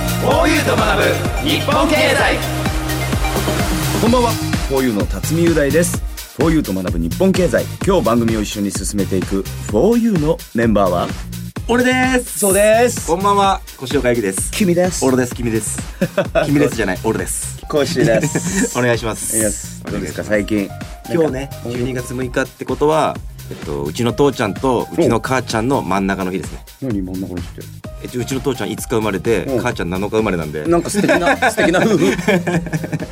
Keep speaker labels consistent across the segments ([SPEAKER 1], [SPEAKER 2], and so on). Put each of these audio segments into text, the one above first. [SPEAKER 1] と学ぶ日本経済
[SPEAKER 2] こんばんは、フォーユーの辰巳雄大です。フォーユーと学ぶ日本経済、今日番組を一緒に進めていくフォーユーのメンバーは
[SPEAKER 3] 俺です
[SPEAKER 2] そうです。
[SPEAKER 3] こんばんは越岡由紀です
[SPEAKER 2] 君です。
[SPEAKER 3] 俺です君です 君ですじゃない俺です
[SPEAKER 2] コシです。
[SPEAKER 3] お願いしま
[SPEAKER 2] いや
[SPEAKER 3] す
[SPEAKER 2] どうですか
[SPEAKER 3] お願い
[SPEAKER 2] 最
[SPEAKER 3] し
[SPEAKER 2] 近。
[SPEAKER 3] ます今日ね12月6日ってことはえっとうちの父ちゃんとうちの母ちゃんの真ん中の日ですね
[SPEAKER 2] 何真ん中にして
[SPEAKER 3] えっとうちの父ちゃん5日生まれて
[SPEAKER 2] うん
[SPEAKER 3] 母ちゃん7日生まれなんで
[SPEAKER 2] なんか素敵 な素敵な夫婦。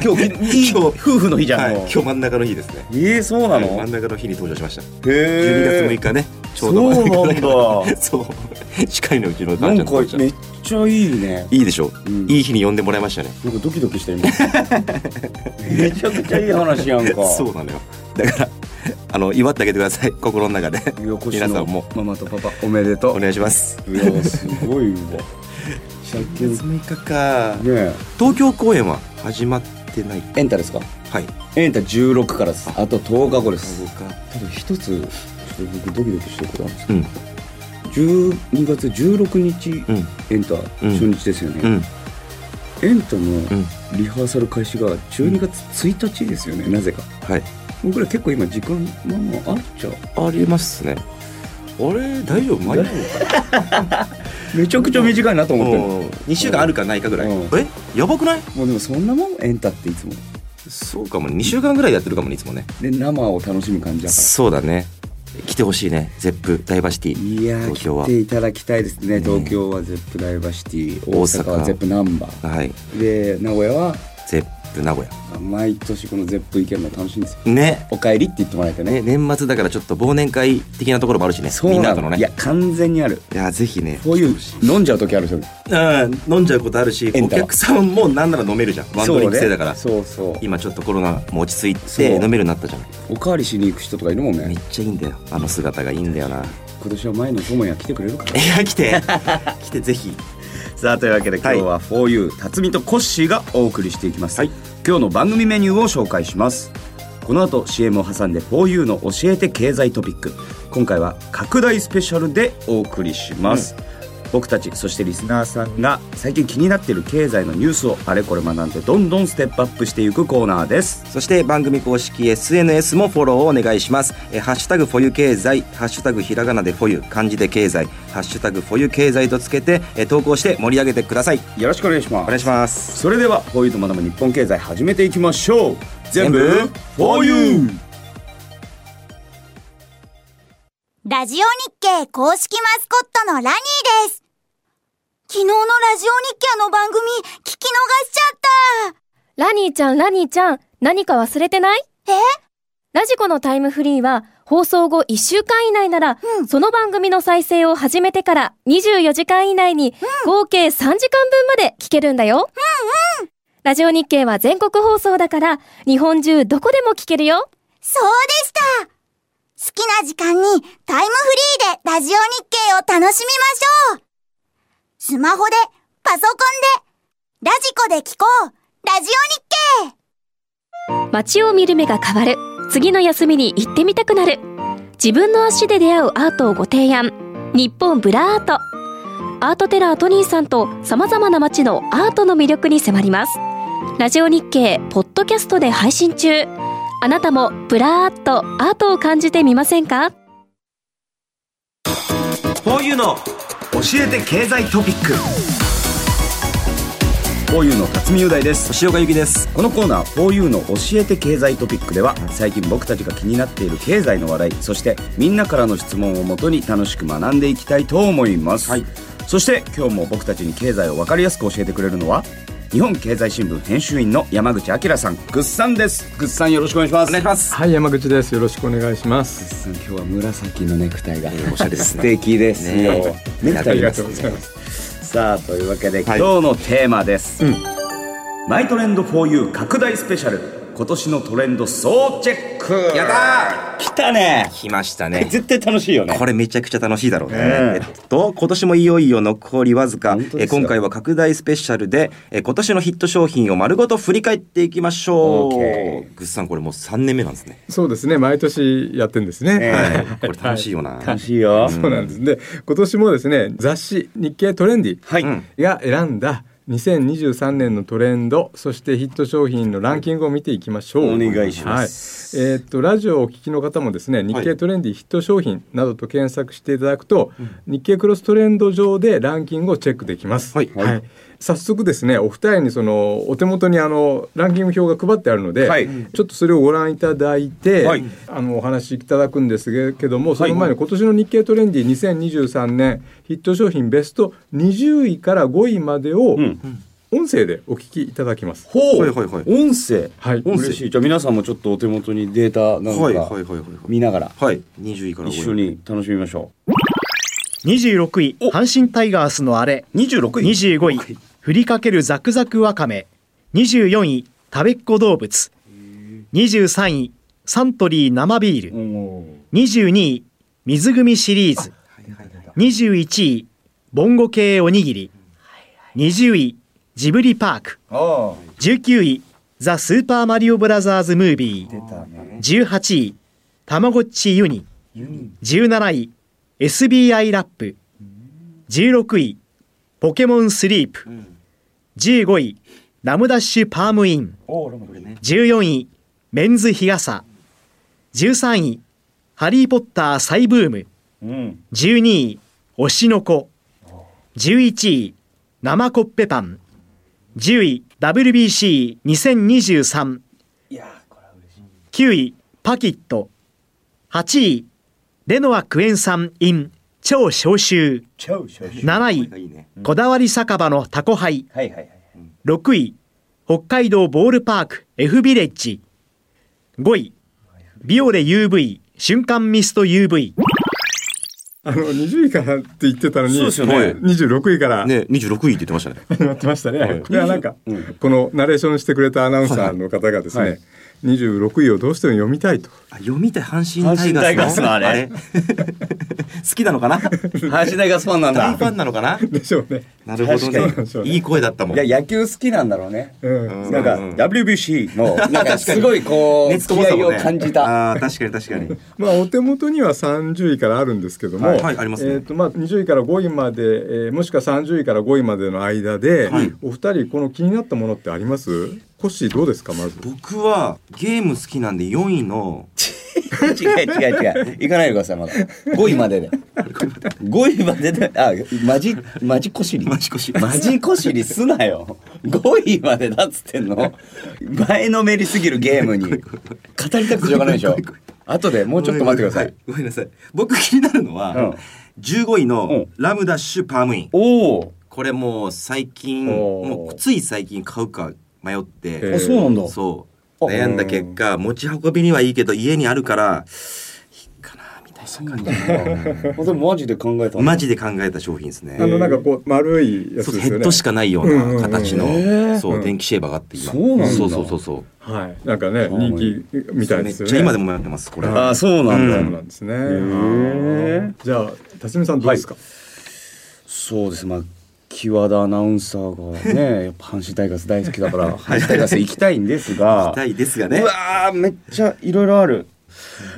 [SPEAKER 2] 今日いい
[SPEAKER 3] 今
[SPEAKER 2] 夫
[SPEAKER 3] 日
[SPEAKER 2] 婦の日じゃ
[SPEAKER 3] は
[SPEAKER 2] ん。
[SPEAKER 3] い
[SPEAKER 2] もう
[SPEAKER 3] 今日真ん中の日ですね
[SPEAKER 2] えー、そうなの？
[SPEAKER 3] はい真ん中の日に登場しました12月
[SPEAKER 2] へ
[SPEAKER 3] 6
[SPEAKER 2] ー。
[SPEAKER 3] 日ねちょうど真中
[SPEAKER 2] そうなんだ
[SPEAKER 3] そう近いのうちの
[SPEAKER 2] な
[SPEAKER 3] 母ちゃ
[SPEAKER 2] ん
[SPEAKER 3] んと父
[SPEAKER 2] か
[SPEAKER 3] ちゃん
[SPEAKER 2] めっちゃいいね。
[SPEAKER 3] いいでしょ
[SPEAKER 2] うん
[SPEAKER 3] いい日に呼んでもらいましたね
[SPEAKER 2] なんかドキドキした 今。めちゃくちゃいい話やんか。
[SPEAKER 3] そうなのよだから あの祝ってあげてください心の中で
[SPEAKER 2] 横
[SPEAKER 3] 皆さんも
[SPEAKER 2] ママとパパおめでと
[SPEAKER 3] お
[SPEAKER 2] う。
[SPEAKER 3] 願いします
[SPEAKER 2] いやすごいわ。借金ね
[SPEAKER 3] 6日か
[SPEAKER 2] え。
[SPEAKER 3] 東京公演は始まってない
[SPEAKER 2] エンタですか？
[SPEAKER 3] はい
[SPEAKER 2] エンタ16からです。あと10日後で
[SPEAKER 3] そ
[SPEAKER 2] す
[SPEAKER 3] う。か
[SPEAKER 2] ただ一つちょっと僕ドキドキしてることあるんですけ
[SPEAKER 3] うん
[SPEAKER 2] ど。12月16日、
[SPEAKER 3] うん
[SPEAKER 2] エンタ
[SPEAKER 3] うん
[SPEAKER 2] 初日ですよね。
[SPEAKER 3] うん
[SPEAKER 2] エンタの
[SPEAKER 3] うん
[SPEAKER 2] リハーサル開始が12月1日ですよね。なぜか。
[SPEAKER 3] はい
[SPEAKER 2] 僕ら結構今時間まあまああっちゃう。
[SPEAKER 3] ありますねあれ大丈夫間に合うのか
[SPEAKER 2] めちゃくちゃ短いなと思ってる。
[SPEAKER 3] もう2週間あるかないかぐらい
[SPEAKER 2] うん
[SPEAKER 3] えやばくない
[SPEAKER 2] もうでもそんなもんエンタっていつも。
[SPEAKER 3] そうかもね2週間ぐらいやってるかもねいつもね
[SPEAKER 2] で生を楽しむ感じだから。
[SPEAKER 3] そうだね来てほしいねゼップダイバーシティ
[SPEAKER 2] いやー
[SPEAKER 3] 東京は
[SPEAKER 2] 来ていただきたいですね、
[SPEAKER 3] うん
[SPEAKER 2] 東京はゼップダイバーシティ
[SPEAKER 3] 大
[SPEAKER 2] 大
[SPEAKER 3] 阪
[SPEAKER 2] 阪はゼップナンバー
[SPEAKER 3] はい
[SPEAKER 2] で名古屋は
[SPEAKER 3] ゼップ名古
[SPEAKER 2] 毎年このゼップ行けるの楽しいんですよ
[SPEAKER 3] 屋ね
[SPEAKER 2] お帰りって言ってもらえてね
[SPEAKER 3] ね年末だからちょっと忘年会的なところもあるしね
[SPEAKER 2] そう
[SPEAKER 3] みんな
[SPEAKER 2] な
[SPEAKER 3] と
[SPEAKER 2] の
[SPEAKER 3] のね
[SPEAKER 2] いや完全にある
[SPEAKER 3] いやぜひね
[SPEAKER 2] こういう飲んじゃう時あるでしょ
[SPEAKER 3] うん飲んじゃうことあるし
[SPEAKER 2] エ
[SPEAKER 3] お
[SPEAKER 2] ンタは
[SPEAKER 3] 客さんもなんなら飲めるじゃんワンドリンク制だから、
[SPEAKER 2] そう,、そうそう
[SPEAKER 3] 今ちょっとコロナも落ち着い
[SPEAKER 2] そう
[SPEAKER 3] て飲めるようになったじゃない
[SPEAKER 2] おかわりしに行く人とかいるもん
[SPEAKER 3] め
[SPEAKER 2] ね
[SPEAKER 3] っちゃいいんだよあの姿がいいんだよな い
[SPEAKER 2] 今年は前の友也来てくれるかな
[SPEAKER 3] や来て来てぜひ
[SPEAKER 2] さあというわけで今
[SPEAKER 3] はい
[SPEAKER 2] 日は 4U 辰巳とコッシーがお送りしていきます、
[SPEAKER 3] はい
[SPEAKER 2] 今日の番組メニューを紹介しますこの後 CM を挟んで 4U の教えて経済トピック今回は拡大スペシャルでお送りします、僕たちそしてリスナーさんが最近気になっている経済のニュースをあれこれ学んでどんどんステップアップしていくコーナーです
[SPEAKER 3] そして番組公式 SNS もフォローをお願いしますえハッシュタグフォユ経済ハッシュタグひらがなでフォユ漢字で経済ハッシュタグフォユ経済とつけてえ投稿して盛り上げてください
[SPEAKER 2] よろしくお願いします
[SPEAKER 3] お願いします
[SPEAKER 2] それでは 4U と学ぶ日本経済始めていきましょう全
[SPEAKER 3] 全
[SPEAKER 2] 部
[SPEAKER 3] 部
[SPEAKER 2] 4U!
[SPEAKER 4] ラジオ日経公式マスコットのラニーです。昨日のラジオ日経の番組聞き逃しちゃっ
[SPEAKER 5] ラニーちゃん、ラニーちゃん、何か忘れてない
[SPEAKER 4] え
[SPEAKER 5] ラジコのタイムフリーは、放送後1週間以内なら、
[SPEAKER 4] うん
[SPEAKER 5] その番組の再生を始めてから24時間以内に、合計3時間分まで聞けるんだよ。ラジオ日経は全国放送だから、日本中どこでも聞ける
[SPEAKER 4] た。
[SPEAKER 5] よ。
[SPEAKER 4] そうでした。好きな時間にタイムフリーでラジオ日経を楽しみましょう。スマホで、パソコンで、ラジコで聞こう。ラジオ日経
[SPEAKER 5] 街を見る目が変わる次の休みに行ってみたくなる自分の足で出会うアートをご提案日本ブラアートアートテラートニーさんと様々な街のアートの魅力に迫りますラジオ日経ポッドキャストで配信中あなたもブラーっとアートを感じてみませんか
[SPEAKER 2] フォーユーの教えて経済トピックフォーユーの辰巳雄大です
[SPEAKER 3] 塩岡由紀です
[SPEAKER 2] このコーナー「フォーユーの教えて経済トピック」では最近僕たちが気になっている経済の話題そしてみんなからの質問をもとに楽しく学んでいきたいと思います、
[SPEAKER 3] はい
[SPEAKER 2] そして今日も僕たちに経済を分かりやすく教えてくれるのは日本経済新聞編集員の山口明さんぐっさんですぐっさんよろしくお願いします
[SPEAKER 3] お願いします
[SPEAKER 6] はい山口ですよろしくお願いします
[SPEAKER 2] 今日は紫のネクタイが
[SPEAKER 3] おしゃれです
[SPEAKER 2] 素
[SPEAKER 3] ね
[SPEAKER 2] 敵ですよ、
[SPEAKER 3] ね
[SPEAKER 2] ネクタ
[SPEAKER 6] あ
[SPEAKER 2] イ
[SPEAKER 6] り
[SPEAKER 2] が
[SPEAKER 6] が
[SPEAKER 2] 素
[SPEAKER 6] とう
[SPEAKER 2] 敵
[SPEAKER 6] ございます
[SPEAKER 2] さあというわけで、
[SPEAKER 3] はい
[SPEAKER 2] 今日のテーマです、
[SPEAKER 6] うん
[SPEAKER 2] マイトレンド 4U 拡大スペシャル今年のトレンド総チェック
[SPEAKER 3] やった
[SPEAKER 2] 来たね
[SPEAKER 3] ー来ましたね
[SPEAKER 2] 絶対楽しいよね
[SPEAKER 3] これめちゃくちゃ楽しいだろうね。
[SPEAKER 2] ねえ
[SPEAKER 3] えっと今年もいよいよ残りわずか
[SPEAKER 2] 本当。です
[SPEAKER 3] え
[SPEAKER 2] よ
[SPEAKER 3] 今回は拡大スペシャルでえ今年のヒット商品を丸ごと振り返っていきましょう。
[SPEAKER 2] OK
[SPEAKER 3] グッさんこれもう三年目なんですね。
[SPEAKER 6] そうですね毎年やってんですね、
[SPEAKER 2] ええ
[SPEAKER 3] はい。これ楽しいよな。
[SPEAKER 2] 楽しいよ、
[SPEAKER 6] そうなんですね今年もですね雑誌日経トレンディ
[SPEAKER 2] はい、
[SPEAKER 6] が選んだ2023年のトレンドそしてヒット商品のランキングを見ていきましょう
[SPEAKER 2] お願いします
[SPEAKER 6] はいえーっとラジオをお聞きの方もですね日経トレンディヒット商品などと検索していただくと、日経クロストレンド上でランキングをチェックできます、
[SPEAKER 3] はい
[SPEAKER 6] はい早速ですねお二人にそのお手元にあのランキング表が配ってあるので、
[SPEAKER 2] はい
[SPEAKER 6] ちょっとそれをご覧いただいて、
[SPEAKER 2] はい
[SPEAKER 6] あのお話しいただくんですけどもその前に今年の日経トレンディ2023年ヒット商品ベスト20位から5位までを
[SPEAKER 2] ん
[SPEAKER 6] 音声でお聞きいただきます。
[SPEAKER 2] ほう、
[SPEAKER 3] はいはいはい
[SPEAKER 2] 音声、
[SPEAKER 6] はい
[SPEAKER 2] 音声嬉しいじゃあ皆さんもちょっとお手元にデータなん
[SPEAKER 3] はいはいはい
[SPEAKER 2] か
[SPEAKER 3] はい
[SPEAKER 2] 見ながら
[SPEAKER 3] はい20位から
[SPEAKER 2] 一緒に楽しみましょ
[SPEAKER 7] 26位阪神タイガースのあれ
[SPEAKER 2] う26位
[SPEAKER 7] 25位ふりかけるザクザクわかめ24位食べっ子動物23位サントリー生ビール22位水組シリーズ21位ボンゴ系おにぎり20位ジブリパーク
[SPEAKER 2] あ
[SPEAKER 7] 19位ザ・スーパーマリオブラザーズ・ムービー
[SPEAKER 2] あ、ね、
[SPEAKER 7] 18位たまごっちユニ17位 SBI ラップ16位ポケモンスリープ15位ラムダッシュパームイン14位メンズ日傘13位ハリー・ポッター再ブーム
[SPEAKER 2] うん
[SPEAKER 7] 12位推しの子11位生コッペパン10位 WBC2023 9位パキット8位レノアクエン酸 in 超消臭7位
[SPEAKER 3] いいね
[SPEAKER 7] こだわり酒場のタコハイ
[SPEAKER 2] はいはいはい
[SPEAKER 7] 6位北海道ボールパーク F ビレッジ5位ビオレ UV 瞬間ミスト UV
[SPEAKER 6] あの20位からって言ってたのに、
[SPEAKER 2] そうですよね
[SPEAKER 6] はい26位から
[SPEAKER 3] ね26位って言ってましたね
[SPEAKER 6] 始まってましたね。い、やなんか、このナレーションしてくれたアナウンサーの方がですね、
[SPEAKER 2] はいはい
[SPEAKER 6] 26位をどうしても読みたいと。
[SPEAKER 3] あ読みたい阪神タイガースの
[SPEAKER 2] 阪神タイガースのあれ
[SPEAKER 3] 好きなのかな
[SPEAKER 2] 阪神大ガスファンなん
[SPEAKER 3] 大ファ
[SPEAKER 2] だ
[SPEAKER 3] ンなのかな
[SPEAKER 6] でしょうね。
[SPEAKER 3] なるほどね
[SPEAKER 6] 確かに
[SPEAKER 3] いい声だったもん
[SPEAKER 2] いや野球好きなんだろうね、
[SPEAKER 6] うん
[SPEAKER 2] なんか、
[SPEAKER 3] うん
[SPEAKER 2] WBC のなんかすごいこう
[SPEAKER 3] 熱こもった
[SPEAKER 2] 気
[SPEAKER 3] もん
[SPEAKER 2] 合
[SPEAKER 3] ね
[SPEAKER 2] を感じた
[SPEAKER 3] あー確かに確かに
[SPEAKER 6] まあお手元には30位からあるんですけども、
[SPEAKER 3] はいはいありますね
[SPEAKER 6] えっ、とまあ20位から5位まで、えーもしくは30位から5位までの間で、お二人この気になったものってあります？コッシーどうですかまず。
[SPEAKER 3] 僕はゲーム好きなんで4位の
[SPEAKER 2] 違う違う違う行かないでくださいまだ5位までで5位までであマジマジこしり
[SPEAKER 3] マジこ しり
[SPEAKER 2] マジこしりすなよ5位までだっつってんの前のめりすぎるゲームに語りたくてしょうがないでしょ後でもうちょっと待ってください
[SPEAKER 3] ごめんなさい僕気になるの
[SPEAKER 2] うん
[SPEAKER 3] は15位
[SPEAKER 2] う
[SPEAKER 3] の
[SPEAKER 2] ん
[SPEAKER 3] ラムダッシュパームイン
[SPEAKER 2] おお
[SPEAKER 3] これもう最近
[SPEAKER 6] おー
[SPEAKER 3] もうつい最近買うか迷って、
[SPEAKER 6] えー
[SPEAKER 2] そうなんだ
[SPEAKER 3] そう悩んだ結果持ち運びにはいいけど家にあるから
[SPEAKER 2] そうなんだでもマジで考えた
[SPEAKER 3] マジで考えた商品ですね
[SPEAKER 6] あのなんかこう丸いやつ
[SPEAKER 3] そう
[SPEAKER 6] で
[SPEAKER 3] ヘ
[SPEAKER 6] すよ
[SPEAKER 3] ッ
[SPEAKER 6] ね。
[SPEAKER 3] ドしかないような形の、
[SPEAKER 2] うんうんうんへー
[SPEAKER 3] そう電気シェーバーがあって今
[SPEAKER 2] そうなんだ
[SPEAKER 3] そうそうそうそう
[SPEAKER 6] はい。なんかね人気みたい
[SPEAKER 3] め
[SPEAKER 6] で
[SPEAKER 3] っ
[SPEAKER 6] すよ
[SPEAKER 3] ちゃ
[SPEAKER 6] ね。
[SPEAKER 3] 今でも迷ってますこれ
[SPEAKER 2] ああそうなんだ、
[SPEAKER 6] そうなんですね。じゃあ辰巳さんどうですか？
[SPEAKER 2] そうですまあ木和田アナウンサーが ねやっぱ阪神タイガース大好きだから阪神タイガース行きたいんですが
[SPEAKER 3] 行きたいですがね
[SPEAKER 2] うわーめっちゃいろいろある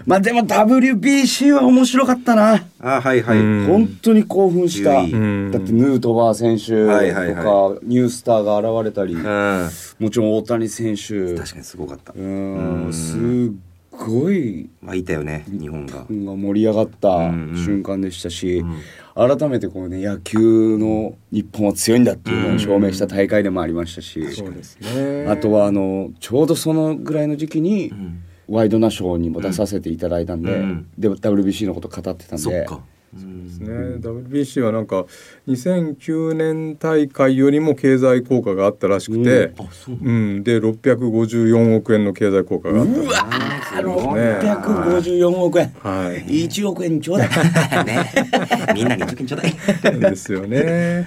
[SPEAKER 2] まあでも WBC は面白かったな、
[SPEAKER 3] あはいはい、
[SPEAKER 6] うん
[SPEAKER 2] 本当に興奮しただっ
[SPEAKER 3] う
[SPEAKER 2] て
[SPEAKER 6] ん
[SPEAKER 2] ヌートバー選手とか、
[SPEAKER 3] はいはいは
[SPEAKER 2] ニュースターが現れたり、
[SPEAKER 3] うん
[SPEAKER 2] もちろん大谷選手
[SPEAKER 3] 確かにすごかった
[SPEAKER 2] うーんすっごい
[SPEAKER 3] まあいたよね日本が
[SPEAKER 2] が盛り上がった瞬間でしたし、改めてこう、ね、野球の日本は強いんだっていうのを証明した大会でもありましたし、
[SPEAKER 6] そうですね。
[SPEAKER 2] あとはあのちょうどそのぐらいの時期に、ワイドナショーにも出させていただいたんで、
[SPEAKER 3] うん
[SPEAKER 2] で WBC のこと語ってたん
[SPEAKER 3] そっ
[SPEAKER 2] で
[SPEAKER 3] か
[SPEAKER 6] ですね、WBC はなんか2009年大会よりも経済効果があったらしくて、
[SPEAKER 3] あそう
[SPEAKER 6] うんで654億円の経済効果があったうわ
[SPEAKER 2] 654億円、
[SPEAKER 6] はい
[SPEAKER 2] 1億円ちょうだい
[SPEAKER 3] ねみんなに貯金ちょうだい
[SPEAKER 6] ですよね。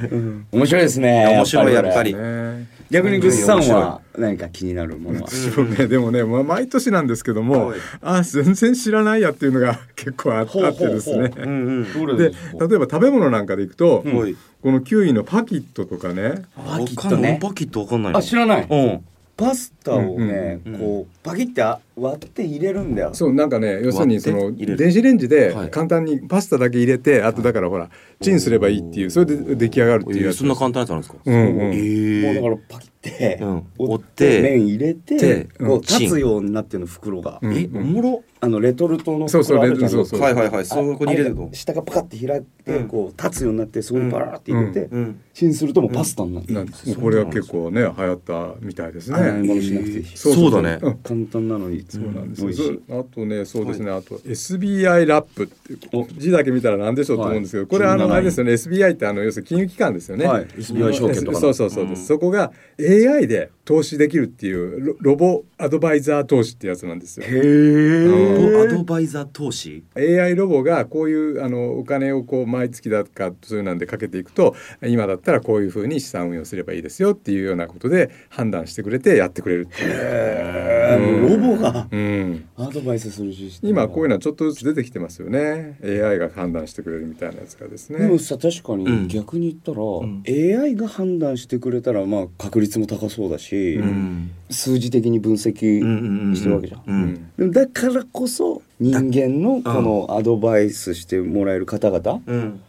[SPEAKER 2] 面白いですね
[SPEAKER 3] 面白いやっぱり
[SPEAKER 6] ね
[SPEAKER 2] 逆にグッズさんは何か気になるものは
[SPEAKER 6] そうね、でもね、まあ、毎年なんですけども、
[SPEAKER 3] はい
[SPEAKER 6] あ全然知らないやっていうのが 結構ああ
[SPEAKER 2] ほうほうほう
[SPEAKER 6] ってですね。
[SPEAKER 3] うんうん
[SPEAKER 6] で例えば食べ物なんかでいくと、
[SPEAKER 3] はい
[SPEAKER 6] この9位のパキットとかね
[SPEAKER 2] パキッ
[SPEAKER 3] わか
[SPEAKER 2] と
[SPEAKER 3] んない
[SPEAKER 2] ね
[SPEAKER 3] パキッとわかんない
[SPEAKER 2] あ知らない
[SPEAKER 3] うん
[SPEAKER 2] パスタをね、
[SPEAKER 3] ん
[SPEAKER 2] こうパキってあ
[SPEAKER 3] 割って入れるんだよ。
[SPEAKER 6] そうなんかね要するにその
[SPEAKER 3] 割って入れる
[SPEAKER 6] 電子レンジで
[SPEAKER 3] はい
[SPEAKER 6] 簡単にパスタだけ入れてあとだからほらチンすればいいっていうそれで出来上がるっていう
[SPEAKER 3] え
[SPEAKER 6] や
[SPEAKER 3] ー
[SPEAKER 6] つ
[SPEAKER 3] そんな簡単なやつあるんですか。
[SPEAKER 6] うんうん
[SPEAKER 3] ええ
[SPEAKER 2] もうだからパキって、
[SPEAKER 3] うん
[SPEAKER 2] 折って
[SPEAKER 3] 折って
[SPEAKER 2] 麺入れて
[SPEAKER 3] で
[SPEAKER 2] こう
[SPEAKER 3] チン
[SPEAKER 2] 立つようになってるの袋が、
[SPEAKER 6] うん
[SPEAKER 3] え、おもろ。
[SPEAKER 2] あのレトルトの
[SPEAKER 6] そうそう
[SPEAKER 2] 袋あるじゃん
[SPEAKER 6] レトルトそう
[SPEAKER 3] はいはいはい。そこに入れる
[SPEAKER 2] あれ
[SPEAKER 3] の
[SPEAKER 2] が。下がパカって開いて
[SPEAKER 3] うん
[SPEAKER 2] こう立つようになってそこにバラーって入れて、
[SPEAKER 3] ん。
[SPEAKER 2] チンするともうパスタになってる、
[SPEAKER 6] なんですこれが結構ね流行ったみたいです
[SPEAKER 2] 洗い
[SPEAKER 6] ね。
[SPEAKER 2] 物しなくていいし、
[SPEAKER 3] そうだね。
[SPEAKER 6] うん
[SPEAKER 2] 簡単なのにそう
[SPEAKER 6] なんです
[SPEAKER 2] 美
[SPEAKER 6] よ
[SPEAKER 2] 味しい
[SPEAKER 6] あとねそうですね、あと SBI ラップっていう字だけ見たら何でしょうと思うんですけど、
[SPEAKER 2] はい
[SPEAKER 6] これあの
[SPEAKER 2] 17
[SPEAKER 6] あれですよね SBI ってあの要するに金融機関ですよね。
[SPEAKER 2] はい SBI 証券とかの
[SPEAKER 6] そうそうそうです、そこが AI で投資できるっていうロロボアドバイザー投資ってやつなんですよ。
[SPEAKER 3] アドバイザー投資。
[SPEAKER 6] AI ロボがこういうあのお金をこう毎月だかそういうなんでかけていくと今だったらこういうふうに資産運用すればいいですよっていうようなことで判断してくれてやってくれるっていう。
[SPEAKER 2] ロボが
[SPEAKER 6] うん
[SPEAKER 2] アドバイスするし
[SPEAKER 6] 今こういうのはちょっとずつ出てきてますよね AI が判断してくれるみたいなやつがです
[SPEAKER 2] で
[SPEAKER 6] ね
[SPEAKER 2] もさ確か
[SPEAKER 3] うん
[SPEAKER 2] に逆に言ったら、
[SPEAKER 3] ん
[SPEAKER 2] AI が判断してくれたらまあ確率も高そうだし、
[SPEAKER 3] うん。
[SPEAKER 2] 数字的に分
[SPEAKER 3] う
[SPEAKER 2] 析してるわけじゃん。
[SPEAKER 3] う。
[SPEAKER 6] うんん
[SPEAKER 2] でもだからこそ人間のこのアドバイスしてもらえる方々
[SPEAKER 3] うん。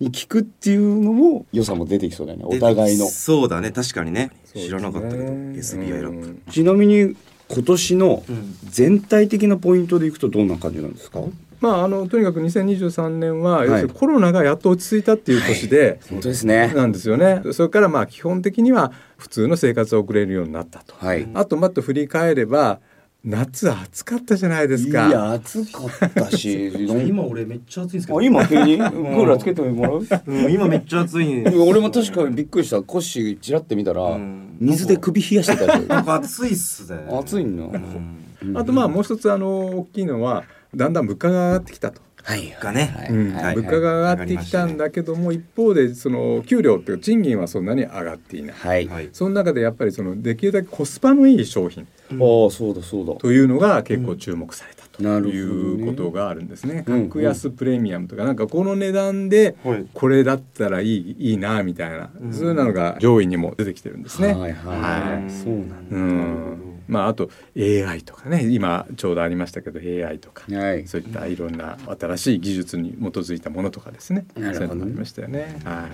[SPEAKER 2] に聞くっていうのも良さも出てきそうだよねお互いの
[SPEAKER 3] でそうだね。確かにね。知らなかったけど。
[SPEAKER 6] そうですね
[SPEAKER 3] SBI ラップ。
[SPEAKER 2] ちなみに今年の
[SPEAKER 3] ん
[SPEAKER 2] 全体的なポイントでいくとどんな感じなんですか、
[SPEAKER 6] まああのとにかく2023年は、
[SPEAKER 2] い
[SPEAKER 6] 要するにコロナがやっと落ち着いたっていう年で、
[SPEAKER 2] 本当ですね
[SPEAKER 6] なんですよねそれからまあ基本的には普通の生活を送れるようになったと、
[SPEAKER 2] はい
[SPEAKER 6] あとまた振り返れば夏暑かったじゃないです
[SPEAKER 2] い
[SPEAKER 6] か
[SPEAKER 2] や暑かったし 今
[SPEAKER 3] 俺めっちゃ暑いんです
[SPEAKER 2] あ今急にクーラーつけてもらう
[SPEAKER 3] うん、今めっちゃ暑いね。
[SPEAKER 2] 俺も確かにびっくりしたコッシーちらって見たら
[SPEAKER 3] ん
[SPEAKER 2] 水で首冷やしてた
[SPEAKER 3] なん
[SPEAKER 2] よ
[SPEAKER 3] か暑いっすね。
[SPEAKER 2] 暑いんだ
[SPEAKER 3] うん
[SPEAKER 6] あとまあもう一つあの大きいのはだんだん物価が上がってきたと。
[SPEAKER 2] はい
[SPEAKER 3] がね。
[SPEAKER 6] うん
[SPEAKER 2] はい
[SPEAKER 6] 物価が上がってきたんだけども、一方でその給料っていうか賃金はそんなに上がっていない、
[SPEAKER 2] はい、
[SPEAKER 3] はい。
[SPEAKER 6] その中でやっぱりそのできるだけコスパのいい商品
[SPEAKER 2] ああそうだそうだ
[SPEAKER 6] というのが結構注目された
[SPEAKER 2] う
[SPEAKER 6] と
[SPEAKER 2] んなるほどね
[SPEAKER 6] いうことがあるんですね。
[SPEAKER 2] うん
[SPEAKER 6] 格安プレミアムとかなんかこの値段で
[SPEAKER 3] はい
[SPEAKER 6] これだったらいいいいなみたいな、
[SPEAKER 3] ん
[SPEAKER 6] そういうのが上位にも出てきてるんですね。
[SPEAKER 2] はいはい、
[SPEAKER 3] はい
[SPEAKER 2] そうなん
[SPEAKER 6] うんまあ、あと AI とかね今ちょうどありましたけど AI とか、
[SPEAKER 2] だはい
[SPEAKER 6] そういったいろんな新しい技術に基づいたものとかですね。
[SPEAKER 2] なるほどね
[SPEAKER 6] そういうのもありましたよね。は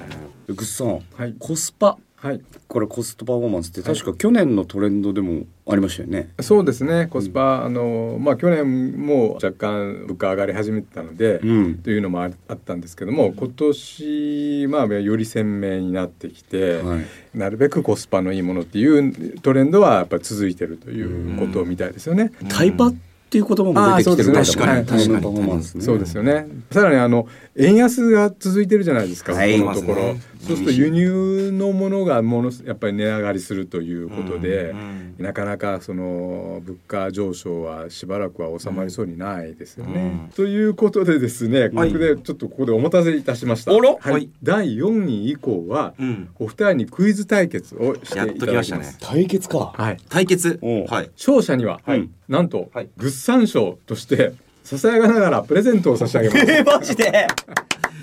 [SPEAKER 6] い。
[SPEAKER 2] グッさん、
[SPEAKER 6] はい
[SPEAKER 2] コスパ
[SPEAKER 6] はい。
[SPEAKER 2] これコストパフォーマンスって確か去年のトレンドでもありましたよね、
[SPEAKER 6] そうですね。コスパ、あのまあ去年も若干物価上がり始めてたので、
[SPEAKER 2] うん
[SPEAKER 6] というのもああったんですけども、今年まあより鮮明になってきて、
[SPEAKER 2] はい
[SPEAKER 6] なるべくコスパのいいものっていうトレンドはやっぱり続いてるということみたいですよね。
[SPEAKER 2] タイパっていう言葉も
[SPEAKER 6] あ
[SPEAKER 2] 出
[SPEAKER 6] ー
[SPEAKER 2] てきてる
[SPEAKER 6] そうですね
[SPEAKER 2] ら
[SPEAKER 6] はい
[SPEAKER 2] タイムパフォーマンスね
[SPEAKER 6] そうですよね。さらにあの円安が続いてるじゃないですか。
[SPEAKER 2] はい
[SPEAKER 6] このところ、
[SPEAKER 3] そうですね
[SPEAKER 6] そうすると輸入のものがものすやっぱり値上がりするということ
[SPEAKER 3] う
[SPEAKER 6] で、
[SPEAKER 3] ん
[SPEAKER 6] なかなかその物価上昇はしばらくは収まりそうにないですよね。
[SPEAKER 3] うん
[SPEAKER 6] ということでですね、ここでちょっとここでお待たせいたしました。
[SPEAKER 3] あら
[SPEAKER 6] はい
[SPEAKER 3] はい
[SPEAKER 6] 第4位以降は、
[SPEAKER 3] うん
[SPEAKER 6] お二人にクイズ対決をしていた
[SPEAKER 3] やっ
[SPEAKER 6] だきます。
[SPEAKER 3] ときましたね。
[SPEAKER 2] 対決か
[SPEAKER 6] はい。
[SPEAKER 3] 対決。
[SPEAKER 2] おう
[SPEAKER 3] はい。
[SPEAKER 6] 勝者には、
[SPEAKER 2] はい
[SPEAKER 6] なんと、
[SPEAKER 3] はい
[SPEAKER 6] グッサン賞としてささやかながらプレゼントを差し上げます。
[SPEAKER 2] マジで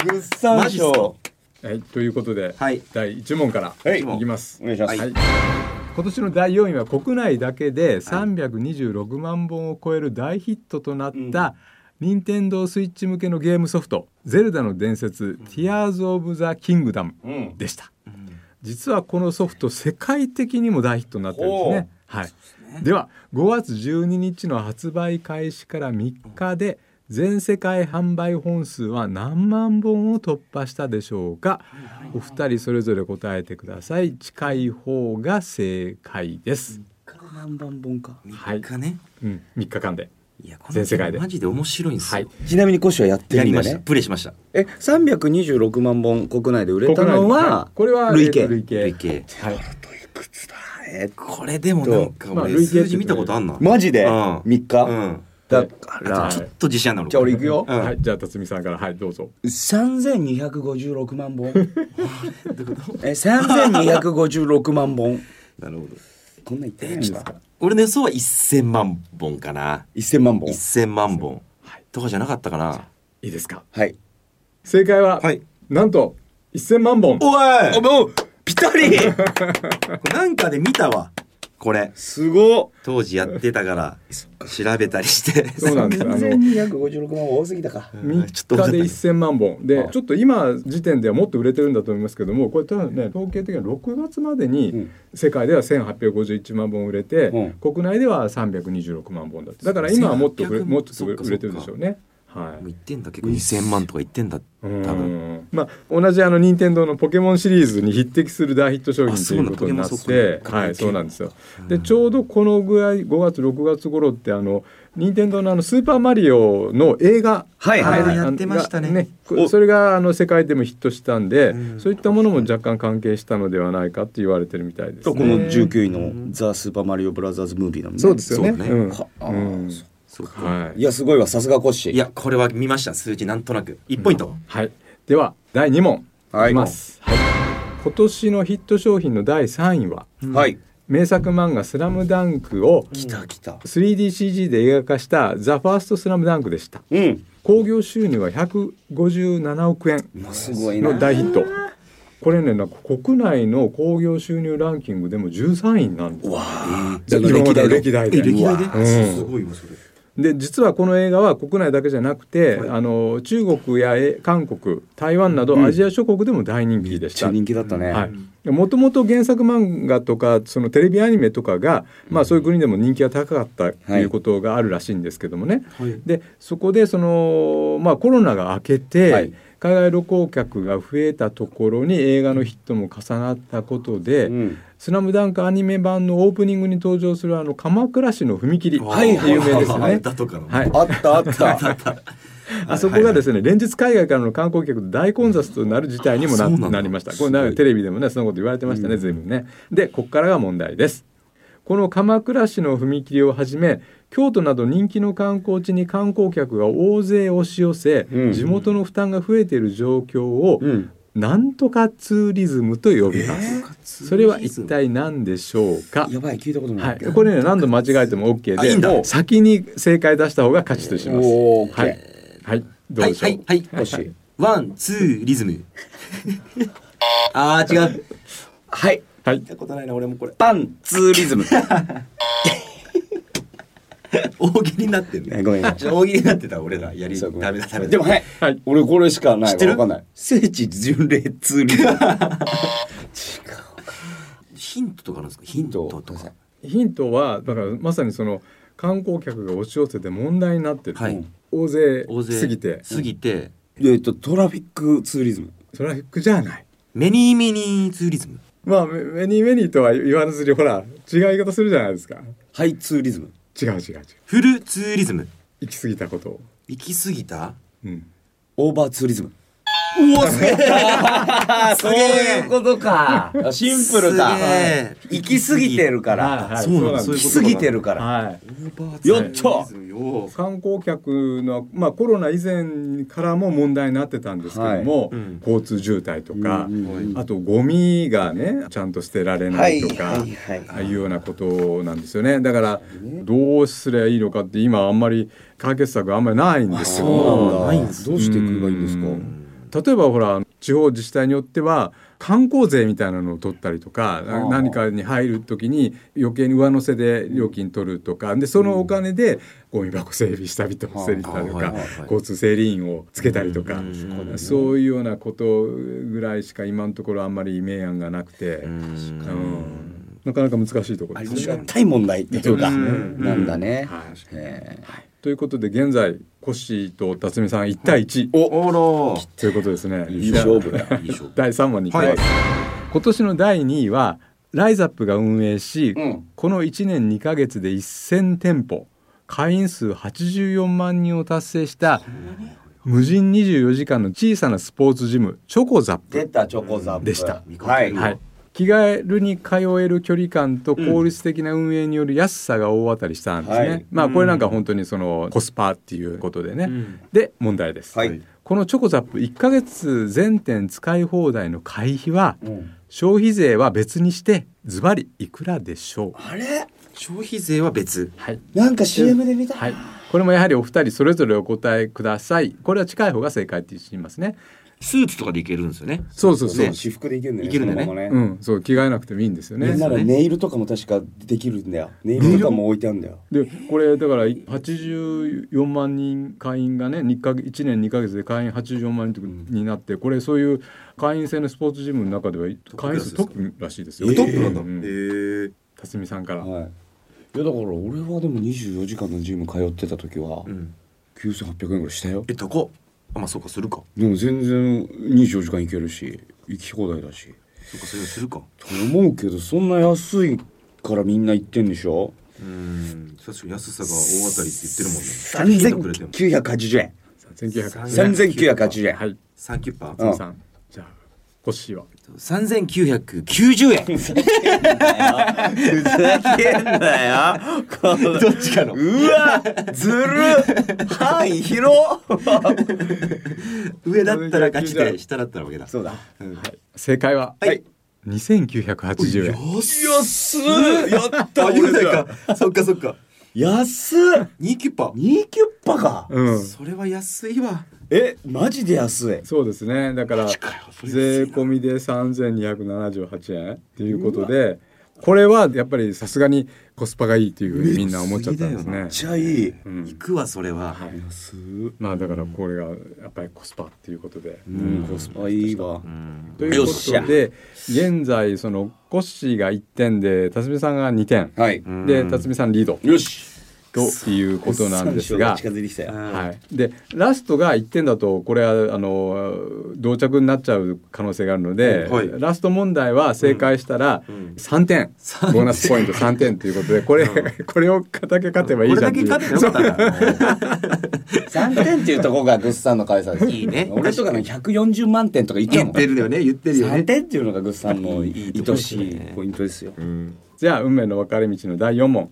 [SPEAKER 2] グッサン賞
[SPEAKER 6] はい、ということで、
[SPEAKER 3] はい
[SPEAKER 6] 第1問から、
[SPEAKER 2] はい
[SPEAKER 6] い、きます。
[SPEAKER 2] お願いします
[SPEAKER 6] はい今年の第4位は国内だけで326万本を超える大ヒットとなった、任天堂スイッチ向けのゲームソフト「ゼルダの伝説、Tears of the Kingdom」でした、実はこのソフト世界的にも大ヒットになってるんですね。はい、では5月12日の発売開始から3日で全世界販売本数は何万本を突破したでしょうかお二人それぞれ答えてください近い方が正解です、
[SPEAKER 2] 何番本か
[SPEAKER 6] はい
[SPEAKER 3] 三日ね。
[SPEAKER 6] うん、3日間で
[SPEAKER 3] いや、この
[SPEAKER 6] 全世界で
[SPEAKER 3] マジで面白いんですよ。
[SPEAKER 2] ちなみにコッシーはやって
[SPEAKER 3] や
[SPEAKER 2] る
[SPEAKER 3] り
[SPEAKER 2] んだ
[SPEAKER 3] ま
[SPEAKER 2] よ
[SPEAKER 3] した。
[SPEAKER 2] ね
[SPEAKER 3] プレイしました。
[SPEAKER 2] え326万本国内で売れた
[SPEAKER 6] 国
[SPEAKER 2] の
[SPEAKER 6] 内
[SPEAKER 2] は
[SPEAKER 6] これは
[SPEAKER 2] 累計
[SPEAKER 6] えーと累計
[SPEAKER 3] 累計。
[SPEAKER 6] はい、
[SPEAKER 2] えー
[SPEAKER 3] これでもなんか
[SPEAKER 6] まあ
[SPEAKER 3] 俺
[SPEAKER 6] 累計
[SPEAKER 3] 数字見たことあんな。
[SPEAKER 2] マジで
[SPEAKER 3] うん
[SPEAKER 2] 3日、
[SPEAKER 3] うん。
[SPEAKER 2] だから
[SPEAKER 6] ちょっ
[SPEAKER 3] と自信あんなの。
[SPEAKER 2] じゃあ俺行くよ
[SPEAKER 3] うん
[SPEAKER 6] はい、じゃあ辰巳さんからはいどうぞ
[SPEAKER 2] 3256万本え3256万本
[SPEAKER 3] なるほど。
[SPEAKER 2] こんなん言ってないんですか
[SPEAKER 3] 俺の予想は1000万本かな。
[SPEAKER 2] 1000万本
[SPEAKER 3] 1000万本。とかじゃなかったかな。
[SPEAKER 6] いいですか
[SPEAKER 2] はい
[SPEAKER 6] 正解は、
[SPEAKER 3] はい
[SPEAKER 6] なんと1000万本
[SPEAKER 3] おい
[SPEAKER 2] もうぴったり
[SPEAKER 3] これなんかで見たわ。これ
[SPEAKER 2] すご
[SPEAKER 3] 当時やってたから調べたりして
[SPEAKER 6] そうなんですあの
[SPEAKER 8] 3256万は多すぎたか。
[SPEAKER 3] ちょ
[SPEAKER 6] 3
[SPEAKER 3] っ
[SPEAKER 6] 日
[SPEAKER 3] と多かった
[SPEAKER 6] で
[SPEAKER 3] ね
[SPEAKER 6] 1000万本で
[SPEAKER 3] あ
[SPEAKER 6] ちょっと今時点ではもっと売れてるんだと思いますけどもこれ多分ね統計的には6月までに
[SPEAKER 2] ん
[SPEAKER 6] 世界では1851万本売れて、
[SPEAKER 2] うん
[SPEAKER 6] 国内では326万本だってだから今はもっと売れ
[SPEAKER 3] 1800
[SPEAKER 6] もっと売
[SPEAKER 3] そっかそ
[SPEAKER 6] れ
[SPEAKER 3] っか
[SPEAKER 6] 売れてるでしょうね。は
[SPEAKER 3] も
[SPEAKER 6] い
[SPEAKER 3] う言ってんだ結構2000万とか言ってんだ多分
[SPEAKER 6] うんまあ同じあの任天堂のポケモンシリーズに匹敵する大ヒット商
[SPEAKER 3] あ
[SPEAKER 6] 品と
[SPEAKER 3] そう
[SPEAKER 6] い
[SPEAKER 3] な
[SPEAKER 6] うん
[SPEAKER 3] だ
[SPEAKER 6] ことになっ
[SPEAKER 3] ポケモン
[SPEAKER 6] て
[SPEAKER 3] そっか
[SPEAKER 6] はい
[SPEAKER 3] ポケモン
[SPEAKER 6] そうなんですよでちょうどこのぐらい5月6月頃ってあの任天堂のあのスーパーマリオの映画
[SPEAKER 2] はいはい
[SPEAKER 6] あれ
[SPEAKER 3] やってましたね
[SPEAKER 6] あのがこそれがあの世界でもヒットしたんでそういったものも若干関係したのではないかって言われてるみたいです
[SPEAKER 2] こ
[SPEAKER 6] ね
[SPEAKER 2] の19位の「ザ・スーパーマリオブラザーズ・ムービー」なんで
[SPEAKER 6] そうですよね
[SPEAKER 3] そうね
[SPEAKER 6] うん
[SPEAKER 2] はあ
[SPEAKER 6] うん
[SPEAKER 2] ーそ
[SPEAKER 3] そうか
[SPEAKER 6] はい
[SPEAKER 2] いやすごいわさすがコッシー
[SPEAKER 3] いやこれは見ました数字なんとなく1ポイント、
[SPEAKER 6] はい、では第2問
[SPEAKER 2] はい
[SPEAKER 6] いきます、はい今年のヒット商品の第3位は
[SPEAKER 2] はい
[SPEAKER 6] 名作漫画「スラムダンクを
[SPEAKER 2] 来た来た
[SPEAKER 6] 3DCG で映画化した「ザ・ファーストスラムダンクでした
[SPEAKER 2] うん
[SPEAKER 6] 興行収入は157億円
[SPEAKER 2] すごいな
[SPEAKER 6] の大ヒットこれねなんか国内の興行収入ランキングでも13位なんです
[SPEAKER 2] わあ
[SPEAKER 6] じゃあ今までの歴代で
[SPEAKER 3] え歴代で、
[SPEAKER 2] うわ
[SPEAKER 6] うん
[SPEAKER 3] すごいわそれ
[SPEAKER 6] で実はこの映画は国内だけじゃなくて、あの中国やえ韓国台湾などアジア諸国でも大人気でした、
[SPEAKER 2] 超人気だったね
[SPEAKER 6] はい、もともと原作漫画とかそのテレビアニメとかが、まあ、そういう国でも人気が高かったということがあるらしいんですけどもね、でそこでその、まあ、コロナが明けて、
[SPEAKER 2] はい
[SPEAKER 6] 海外旅行客が増えたところに映画のヒットも重なったことで
[SPEAKER 2] う
[SPEAKER 6] 「
[SPEAKER 2] ん
[SPEAKER 6] スラムダンクアニメ版のオープニングに登場するあの鎌倉市の踏切有
[SPEAKER 3] はいはい
[SPEAKER 6] 名ですよね。
[SPEAKER 3] 歌とかの
[SPEAKER 6] はい、
[SPEAKER 2] あったあった
[SPEAKER 6] あそこがですね、連日海外からの観光客で大混雑となる事態にも
[SPEAKER 3] あ
[SPEAKER 6] な
[SPEAKER 3] そうなんだ
[SPEAKER 6] なりました。これなんかテレビでもね、そのこと言われてましたね、随分ね。で、ここからが問題です。この鎌倉市の踏切をはじめ、京都など人気の観光地に観光客が大勢押し寄せ、
[SPEAKER 2] うん
[SPEAKER 6] 地元の負担が増えている状況を、
[SPEAKER 2] うん
[SPEAKER 6] なんとかツーリズムと呼びます。それは一体何でしょうか。
[SPEAKER 2] やばい聞いたこと
[SPEAKER 6] は
[SPEAKER 2] ない
[SPEAKER 6] い、これね何度間違えても OK
[SPEAKER 3] あいいん
[SPEAKER 6] で、
[SPEAKER 3] だ
[SPEAKER 6] もう先に正解出した方が勝ちとします。
[SPEAKER 2] おー
[SPEAKER 6] はい、はい、どう
[SPEAKER 3] はい
[SPEAKER 6] でしょ
[SPEAKER 3] は
[SPEAKER 6] う。
[SPEAKER 3] いはい
[SPEAKER 2] コッシー
[SPEAKER 3] ワンツーリズム あー違う
[SPEAKER 2] はい
[SPEAKER 6] はい
[SPEAKER 3] たことないな俺もこれ
[SPEAKER 2] パンツーリ ズム
[SPEAKER 3] 大喜利になってるね
[SPEAKER 2] ごめん
[SPEAKER 3] ちょっと大喜利になってた俺らやり
[SPEAKER 2] そうごめん
[SPEAKER 3] ダメだダメだ
[SPEAKER 2] でもはい
[SPEAKER 6] はい
[SPEAKER 2] 俺これしかない
[SPEAKER 3] 知ってる
[SPEAKER 2] わかんない聖地巡礼ツーリズム
[SPEAKER 3] ヒントとかあるんですかヒントとか
[SPEAKER 6] ヒントはだからまさにその観光客が押し寄せて問題になってる、
[SPEAKER 3] はい
[SPEAKER 6] 大勢
[SPEAKER 3] 大勢
[SPEAKER 6] 過ぎて
[SPEAKER 3] 過ぎて
[SPEAKER 2] えっとトラフィックツーリズム
[SPEAKER 6] トラフィックじゃない
[SPEAKER 3] メニーメニーツーリズム
[SPEAKER 6] まあメメニーメニーとは言わずにほら違い方するじゃないですか
[SPEAKER 2] ハイツーリズム
[SPEAKER 6] 違う違う違う
[SPEAKER 3] フルツーリズム
[SPEAKER 6] 行き過ぎたことを、
[SPEAKER 3] 行き過ぎた
[SPEAKER 6] うん、
[SPEAKER 2] オーバーツーリズム
[SPEAKER 3] おおすげえ
[SPEAKER 2] そういうことかシンプルだ
[SPEAKER 3] すげえ
[SPEAKER 2] 行き過ぎてるから
[SPEAKER 6] はい
[SPEAKER 3] そうなんだ
[SPEAKER 6] そう
[SPEAKER 3] そう
[SPEAKER 2] 行
[SPEAKER 3] いう
[SPEAKER 2] き過ぎ
[SPEAKER 3] こ
[SPEAKER 2] てるから
[SPEAKER 6] はい
[SPEAKER 2] よっと
[SPEAKER 6] 観光客の、まあ、コロナ以前からも問題になってたんですけども、
[SPEAKER 3] うん
[SPEAKER 6] 交通渋滞とか、
[SPEAKER 2] うんうん
[SPEAKER 6] あとゴミがねちゃんと捨てられないとか、
[SPEAKER 2] はい
[SPEAKER 6] ああいうようなことなんですよねだからどうすりゃいいのかって今あんまり解決策あんまりないんですよ。
[SPEAKER 2] そうなんだどうしていくばいいんですか
[SPEAKER 6] 例えばほら地方自治体によっては観光税みたいなのを取ったりとかな何かに入る時に余計に上乗せで料金取るとかでそのお金でゴミ箱整備したりとか整理したりと
[SPEAKER 3] はいはい
[SPEAKER 6] か
[SPEAKER 3] はい
[SPEAKER 6] 交通整理員をつけたりとかそういうようなことぐらいしか今のところあんまり明暗がなくて。うんなかなか難しいところですね。
[SPEAKER 2] 対問題っていうか
[SPEAKER 6] うん
[SPEAKER 2] なんだね
[SPEAKER 6] はい
[SPEAKER 2] えー
[SPEAKER 6] ということで現在コッシーと辰巳さん1対1
[SPEAKER 3] おら
[SPEAKER 6] ということですね。
[SPEAKER 2] いい勝負だよ
[SPEAKER 3] いいでしょう
[SPEAKER 6] 第3問に行きます、今年の第2位はライザップが運営し、
[SPEAKER 2] うん
[SPEAKER 6] この1年2ヶ月で1,000店舗会員数84万人を達成した無人24時間の小さなスポーツジムチョコザップ
[SPEAKER 2] 出たチョコザップ
[SPEAKER 6] でした
[SPEAKER 2] はい
[SPEAKER 6] はい、気軽に通える距離感と効率的な運営による安さが大当たりしたんですね、
[SPEAKER 2] はい
[SPEAKER 6] まあこれなんか本当にそのコスパっていうことでね、で問題です、
[SPEAKER 2] はい
[SPEAKER 6] このチョコザップ1ヶ月全店使い放題の会費は消費税は別にしてズバリいくらでしょう
[SPEAKER 2] あれ
[SPEAKER 3] 消費税は別
[SPEAKER 6] はい、
[SPEAKER 2] なんか CM で見た
[SPEAKER 6] はい、これもやはりお二人それぞれお答えくださいこれは近い方が正解って言いますね
[SPEAKER 3] スーツとかでいけるんですよね。
[SPEAKER 6] そうそうそう、
[SPEAKER 3] ね
[SPEAKER 8] 私服でいけるんだよ
[SPEAKER 3] いけるんだね
[SPEAKER 8] そのまま
[SPEAKER 6] うん、そう着替えなくてもいいんですよね
[SPEAKER 8] なんならネイルとかも確かできるんだよ。ネイルとかも置いてあるんだよ。
[SPEAKER 6] でこれだから84万人会員がね1か1年2か月で会員84万人になってこれそういう会員制のスポーツジムの中では会員数トップらしいですよ。
[SPEAKER 3] トップなんだ。
[SPEAKER 6] う
[SPEAKER 3] へー
[SPEAKER 6] 辰巳さんから、
[SPEAKER 8] はい。いやだから俺はでも24時間のジム通ってた時は
[SPEAKER 3] うん。
[SPEAKER 8] 9800円ぐらいしたよ。
[SPEAKER 3] え高っ。あまあそうかするか。
[SPEAKER 8] でも全然24時間行けるし行き放題だし。
[SPEAKER 3] そうかそれをするか。
[SPEAKER 8] と思うけどそんな安いからみんな行ってんでしょ
[SPEAKER 3] うん。確かに安さが大当たりって言ってるもんね。
[SPEAKER 8] 3980円
[SPEAKER 6] 3980
[SPEAKER 8] 3980
[SPEAKER 6] 円。
[SPEAKER 8] 円、
[SPEAKER 6] はい、
[SPEAKER 3] 三九パ
[SPEAKER 6] 辰
[SPEAKER 3] ー。
[SPEAKER 6] 巳さん、じゃあコッシーは
[SPEAKER 3] 三千九百九十円。
[SPEAKER 2] ふざけんなよ。この
[SPEAKER 3] どっちかの。
[SPEAKER 2] うわずる範囲広
[SPEAKER 3] 上だったら勝ちで下だったら負けだ。
[SPEAKER 2] そうだ。
[SPEAKER 6] 正解は、
[SPEAKER 3] はい、
[SPEAKER 6] 2980円。
[SPEAKER 2] 安っやった
[SPEAKER 3] あ、
[SPEAKER 2] 俺
[SPEAKER 3] 雄大
[SPEAKER 2] だ
[SPEAKER 3] か。そっかそっか。
[SPEAKER 2] 安っ
[SPEAKER 3] 二キュッパ。
[SPEAKER 2] ニーキュッパか
[SPEAKER 6] うん、
[SPEAKER 3] それは安いわ。
[SPEAKER 2] えマジで安い
[SPEAKER 6] そうですね。だから税込みで三千二百七十八円っていうことで、これはやっぱりさすがにコスパがいいというふうにみんな思っちゃったんです
[SPEAKER 3] め
[SPEAKER 6] ね
[SPEAKER 3] っ。
[SPEAKER 2] ちゃいい
[SPEAKER 6] うん
[SPEAKER 3] 行くわそれは。
[SPEAKER 2] 安
[SPEAKER 6] まあだからこれがやっぱりコスパっていうことで。
[SPEAKER 2] うんコスパいいわ
[SPEAKER 3] うん。
[SPEAKER 6] ということで現在そのコッシーが1点で辰巳さんが2点
[SPEAKER 2] はい
[SPEAKER 6] で辰巳さんリード
[SPEAKER 2] よし
[SPEAKER 6] ということなんですが。
[SPEAKER 2] 近づいてきたよ
[SPEAKER 6] はい、でラストが1点だとこれはあの同着になっちゃう可能性があるので、
[SPEAKER 3] はい
[SPEAKER 6] ラスト問題は正解したら3点、ボーナスポイント3点ということでこれ、これをだけ勝てばいい
[SPEAKER 3] これ
[SPEAKER 6] じ
[SPEAKER 3] だ
[SPEAKER 6] ゃんって
[SPEAKER 3] け
[SPEAKER 6] いう
[SPEAKER 3] 勝ってよかったな。
[SPEAKER 8] 3点っていうとこがグッさんの会社です
[SPEAKER 3] いいね
[SPEAKER 8] 俺とかの140万点とか言って
[SPEAKER 3] 言
[SPEAKER 8] ん
[SPEAKER 3] っ
[SPEAKER 8] もん
[SPEAKER 3] てるよね言ってるよ
[SPEAKER 8] 3
[SPEAKER 3] ね。
[SPEAKER 8] 点っていうのがグッさんの
[SPEAKER 3] いいと
[SPEAKER 8] 愛
[SPEAKER 3] こですね
[SPEAKER 8] しいポイントですよ
[SPEAKER 6] じゃあ運命の分かれ道の第4問、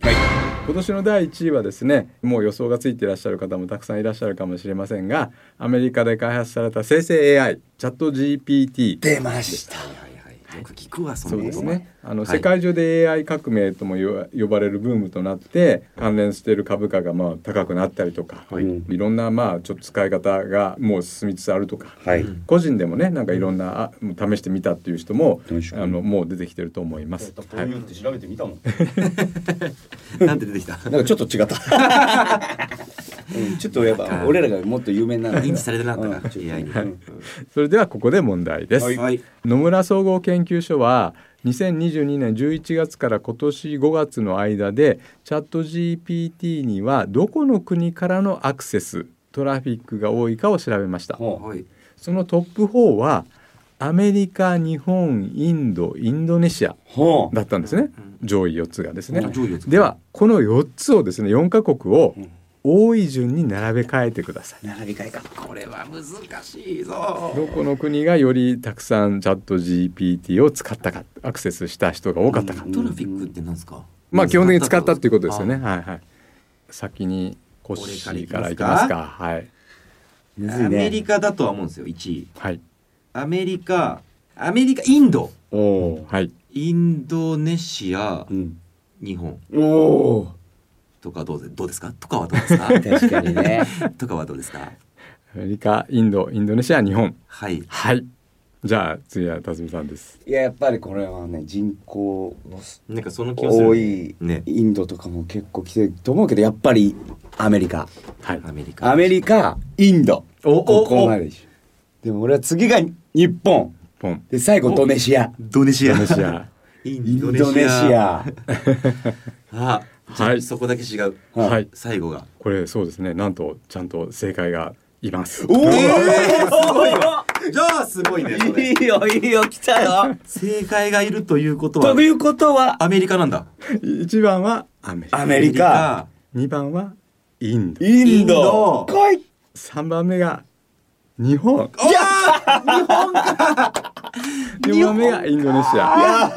[SPEAKER 6] 今年の第1位はですねもう予想がついていらっしゃる方もたくさんいらっしゃるかもしれませんがアメリカで開発された生成 AI チャット GPT
[SPEAKER 8] 出ました
[SPEAKER 3] よく聞くわそ
[SPEAKER 6] そう
[SPEAKER 3] のこ
[SPEAKER 6] です
[SPEAKER 3] と
[SPEAKER 6] ね。あの、
[SPEAKER 3] はい
[SPEAKER 6] 世界中で AI 革命ともよ呼ばれるブームとなって関連している株価がまあ高くなったりとか、、
[SPEAKER 3] はい
[SPEAKER 6] ろんなまあちょっと使い方がもう進みつつあるとか、
[SPEAKER 8] はい
[SPEAKER 6] 個人でもねなんかいろんな、あ試してみたっていう人も
[SPEAKER 8] 確かに
[SPEAKER 6] あのもう出てきてると思います。はい
[SPEAKER 8] って調べてみたもん
[SPEAKER 3] なんて出てきた。
[SPEAKER 8] なんかちょっと違ったうんちょっとやっぱ俺らがもっと有名なの
[SPEAKER 3] 認知されてなかったか
[SPEAKER 8] うん
[SPEAKER 3] AI に。
[SPEAKER 6] それではここで問題です。
[SPEAKER 3] はい。
[SPEAKER 6] 野村総合研究所は2022年11月から今年5月の間でチャット GPT にはどこの国からのアクセストラフィックが多いかを調べました
[SPEAKER 8] ほ
[SPEAKER 3] はい。
[SPEAKER 6] そのトップ4はアメリカ日本インドインドネシア
[SPEAKER 8] うほ
[SPEAKER 6] だったんですね上位4つがですね
[SPEAKER 3] あ上位四つ
[SPEAKER 6] ではこの4つをですね4カ国を多い順に並べ替えてくださいう
[SPEAKER 8] 並び替えか
[SPEAKER 3] これは難しいぞ。
[SPEAKER 6] どこの国がよりたくさんチャット GPT を使ったかアクセスした人が多かったか、
[SPEAKER 3] トラフィックってなんですか。
[SPEAKER 6] まあ基本的に使ったっていうことですよね。。はいはい。先にコッシーからいきますか。はい
[SPEAKER 8] むずい
[SPEAKER 3] アメ
[SPEAKER 8] ね
[SPEAKER 3] リカだとは思うんですよ1位。
[SPEAKER 6] はい
[SPEAKER 3] アメリカアメリカインド
[SPEAKER 8] おお
[SPEAKER 6] はい。
[SPEAKER 3] インドネシア
[SPEAKER 8] ーうん
[SPEAKER 3] 日本
[SPEAKER 8] おお
[SPEAKER 3] とかどうぜどうですかとかはどう ですか
[SPEAKER 8] 確かに ね
[SPEAKER 3] とかはどうですか
[SPEAKER 6] アメリカ、インド、インドネシア、日本。
[SPEAKER 3] はい
[SPEAKER 6] はい。じゃあ次は辰巳さんです。
[SPEAKER 8] いややっぱりこれはね人口の
[SPEAKER 3] なんかその気がする
[SPEAKER 8] 多い
[SPEAKER 3] ね
[SPEAKER 8] インドとかも結構来てると思うけどやっぱりアメリカ
[SPEAKER 6] はい。
[SPEAKER 3] アメリカ
[SPEAKER 8] アメリカインド
[SPEAKER 3] おお
[SPEAKER 8] ここまででしょでも俺は次が日本
[SPEAKER 6] ポン。
[SPEAKER 8] で最後ドネシア
[SPEAKER 3] ドネシア
[SPEAKER 6] インドネシア。
[SPEAKER 3] イ
[SPEAKER 8] イン
[SPEAKER 3] ン
[SPEAKER 8] ド
[SPEAKER 3] ド
[SPEAKER 8] ネ
[SPEAKER 3] ネ
[SPEAKER 8] シ
[SPEAKER 3] シ
[SPEAKER 8] ア
[SPEAKER 3] アあ
[SPEAKER 6] は
[SPEAKER 3] はいいそこだけ違う
[SPEAKER 8] はい
[SPEAKER 6] はい。
[SPEAKER 3] 最後が
[SPEAKER 6] これそうですね。なんとちゃんと正解がいます。
[SPEAKER 8] おお
[SPEAKER 3] じゃあすごいねそれ
[SPEAKER 8] いいよいいよ来たよ
[SPEAKER 3] 正解がいるということは
[SPEAKER 8] ということは
[SPEAKER 3] アメリカなんだ
[SPEAKER 6] 一番はアメリカ。
[SPEAKER 8] アメリカ
[SPEAKER 6] 二番はインド。
[SPEAKER 8] インド
[SPEAKER 3] インド
[SPEAKER 8] 来い
[SPEAKER 6] 三番目が日本。
[SPEAKER 3] アメリカいやー日本か
[SPEAKER 6] 四番目がインドネシア。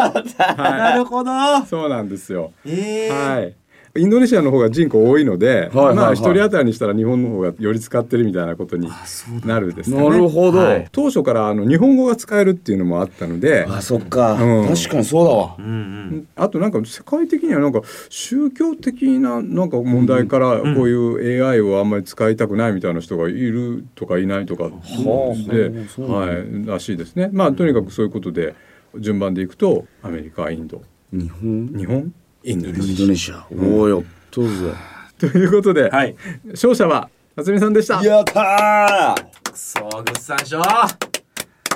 [SPEAKER 3] なるほど
[SPEAKER 6] そうなんですよ。
[SPEAKER 3] えー
[SPEAKER 6] はい。インドネシアの方が人口多いので、
[SPEAKER 2] はいはい
[SPEAKER 6] まあ一人当たりにしたら日本の方がより使ってるみたいなことになるですかね。
[SPEAKER 2] なるほど
[SPEAKER 6] はい当初からあの日本語が使えるっていうのもあったので、
[SPEAKER 2] あそっか、
[SPEAKER 6] うん
[SPEAKER 2] 確かにそうだわ、
[SPEAKER 6] あとなんか世界的にはなんか宗教的ななんか問題からこういう AI をあんまり使いたくないみたいな人がいるとかいないとかで、はい、らしいですね。まあとにかくそういうことで順番でいくとアメリカインド
[SPEAKER 2] 日本
[SPEAKER 6] 日本インドネ
[SPEAKER 2] イン
[SPEAKER 6] シ
[SPEAKER 2] ドネシア、おおよどうぞ
[SPEAKER 6] アということで、
[SPEAKER 8] はい
[SPEAKER 6] 勝者は辰巳さんでした。
[SPEAKER 2] やったー
[SPEAKER 8] くそーぐっさんしょ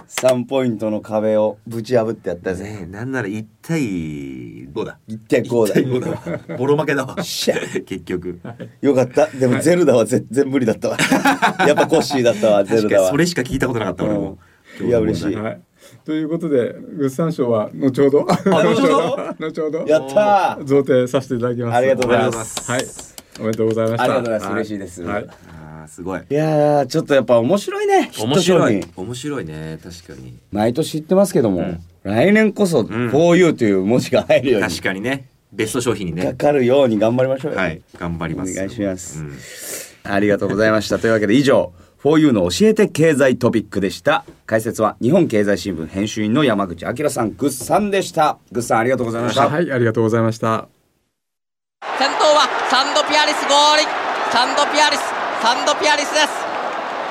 [SPEAKER 2] 3ポイントの壁をぶち破ってやったぜ
[SPEAKER 3] ねえなんなら1対5だ。
[SPEAKER 2] 1対5だ
[SPEAKER 3] 5だ。ボロ負けだわ。
[SPEAKER 2] しゃ
[SPEAKER 3] 結局。
[SPEAKER 2] よかったでもゼルダは全然無理だった わやっぱコッシーだったわゼル
[SPEAKER 3] 確か
[SPEAKER 2] ダ
[SPEAKER 3] に
[SPEAKER 2] は
[SPEAKER 3] それしか聞いたことなかった俺も。
[SPEAKER 2] うんいや嬉しい
[SPEAKER 6] はい。ということで、グッサン賞は後ほど、後
[SPEAKER 3] 後ほど
[SPEAKER 6] 後ほど、
[SPEAKER 2] やったー
[SPEAKER 6] 贈呈させていただきます。
[SPEAKER 2] ありがとうございます
[SPEAKER 3] す
[SPEAKER 6] はい。おめでとうございました。
[SPEAKER 2] ありがとうございます
[SPEAKER 6] は
[SPEAKER 2] 嬉しいです
[SPEAKER 6] はい。
[SPEAKER 3] あーすごい。
[SPEAKER 2] いやーちょっとやっぱ面白いねヒッ
[SPEAKER 3] 面
[SPEAKER 2] ト商
[SPEAKER 3] 白い
[SPEAKER 2] 品。
[SPEAKER 3] 面白いね。確かに。
[SPEAKER 2] 毎年言ってますけども、来年こそ「
[SPEAKER 3] ん
[SPEAKER 2] FORU」という文字が入るように
[SPEAKER 3] 確かにね。ベスト商品に
[SPEAKER 2] か
[SPEAKER 3] ね。
[SPEAKER 2] かるように頑張りましょうよ、
[SPEAKER 3] はい。頑張ります。
[SPEAKER 2] お願いします
[SPEAKER 3] うん
[SPEAKER 2] ありがとうございました。というわけで以上、4U の教えて経済トピックでした。解説は日本経済新聞編集員の山口明さん、グッさんでした。グッさんありがとうございました。
[SPEAKER 6] はい、ありがとうございました。
[SPEAKER 9] 先頭はサンドピアリス合輪サンドピアリスサンドピアリスです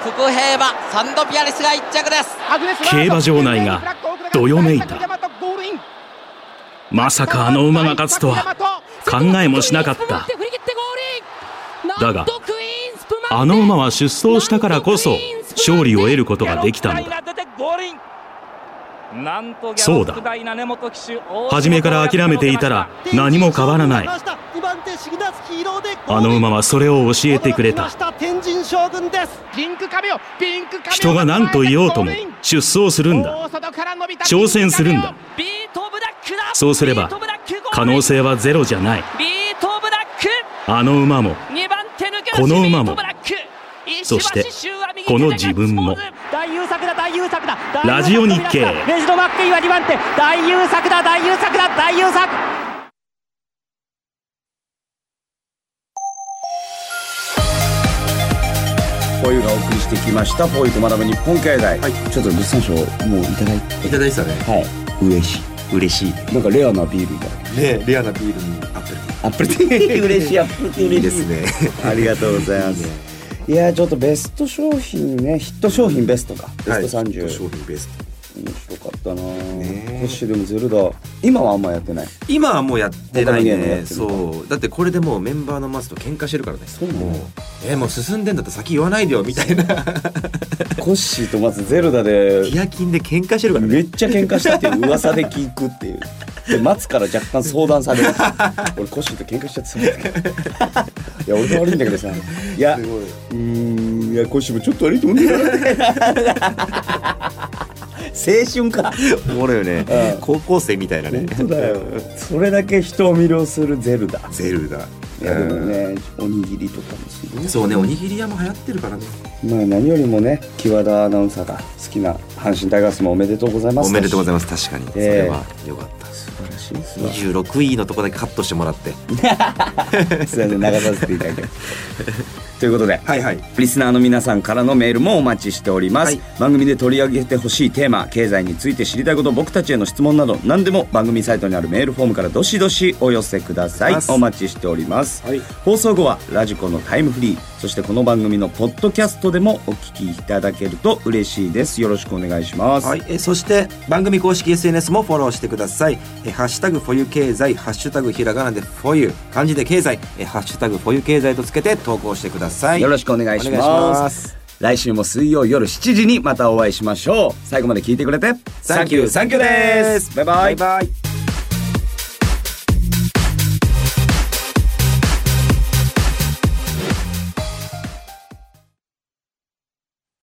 [SPEAKER 9] 福平はサンドピアリスが1着です
[SPEAKER 10] 競馬場内がどよめいたまさかあの馬が勝つとは考えもしなかっただがあの馬は出走したからこそ勝利を得ることができたんだそうだ初めから諦めていたら何も変わらないあの馬はそれを教えてくれた人が何と言おうとも出走するんだ挑戦するんだそうすれば可能性はゼロじゃないあの馬もこの馬もそしてこの自分もラジオ日経
[SPEAKER 2] 4U がお送りしてきました。4U と学ぶ日本経済。ちょっとグッさん賞もういただい
[SPEAKER 3] いただいてたね。
[SPEAKER 2] て。はい。嬉し
[SPEAKER 3] 嬉しい。
[SPEAKER 2] い。なんかレアなビールみたいな。
[SPEAKER 3] ねレアなビールにアップル
[SPEAKER 2] アップルティー 嬉しい、アップルティー
[SPEAKER 3] いい
[SPEAKER 2] 嬉
[SPEAKER 3] で
[SPEAKER 2] しい
[SPEAKER 3] す。ね。
[SPEAKER 2] ありがとうございます。いやーちょっとベスト商品ね、ヒット商品ベストか。ベスト
[SPEAKER 3] はい
[SPEAKER 2] 30。
[SPEAKER 3] 商品ベスト。
[SPEAKER 2] 面白かったなー、
[SPEAKER 3] ねえ
[SPEAKER 2] コッシーでもゼルダ今はあんまやってない
[SPEAKER 3] 今はもうやってない
[SPEAKER 2] 他のゲームやっ
[SPEAKER 3] ね
[SPEAKER 2] てるの
[SPEAKER 3] そうだってこれでもうメンバーのマスと喧嘩してるからね
[SPEAKER 2] そうなの
[SPEAKER 3] もうえーもう進んでんだったら先言わないでよみたいな
[SPEAKER 2] コッシーとまずゼルダで
[SPEAKER 3] ヒヤキンで喧嘩してるからね
[SPEAKER 2] めっちゃ喧嘩したっていう噂で聞くっていうで松から若干相談される 俺コッシーと喧嘩しちゃってさいや俺が悪いんだけどさいやうーんいやコッシーもちょっと悪いと思うんだよな青春か
[SPEAKER 3] おもろいよね
[SPEAKER 2] うん
[SPEAKER 3] 高校生みたいなね
[SPEAKER 2] 本当だよそれだけ人を魅了するゼルダ
[SPEAKER 3] ゼルダ
[SPEAKER 2] いやでもねおにぎりとかもすごい
[SPEAKER 3] そうねおにぎり屋も流行ってるからね
[SPEAKER 2] まあ何よりもね木和田アナウンサーが好きな阪神タイガースもおめでとうございます
[SPEAKER 3] おめでとうござい
[SPEAKER 2] ま
[SPEAKER 3] ます確かにそ
[SPEAKER 2] ええ
[SPEAKER 3] れはよかった
[SPEAKER 2] す素晴らしいですわ
[SPEAKER 3] 26位のとこだけカットしてもらって
[SPEAKER 2] すいません流させていただい てということで
[SPEAKER 3] はいはい
[SPEAKER 2] リスナーの皆さんからのメールもお待ちしております、
[SPEAKER 3] はい
[SPEAKER 2] 番組で取り上げてほしいテーマ経済について知りたいこと僕たちへの質問など何でも番組サイトにあるメールフォームからどしどしお寄せください
[SPEAKER 3] ます
[SPEAKER 2] お待ちしております、放送後はラジコのタイムフリーそしてこの番組のポッドキャストでもお聞きいただけると嬉しいですよろしくお願いします、
[SPEAKER 3] はい、えーそして番組公式 SNS もフォローしてください「えーハッシュタグフォユ経済」「ハッシュタグひらがなでフォユ」漢字で経済「えーハッシュタグフォユ経済」とつけて投稿してください
[SPEAKER 2] よろしくお願いします
[SPEAKER 3] お願いします
[SPEAKER 2] 来週も水曜夜7時にまたお会いしましょう最後まで聞いてくれて
[SPEAKER 3] サンキューサンキューです
[SPEAKER 2] バイバイ
[SPEAKER 3] バイバイ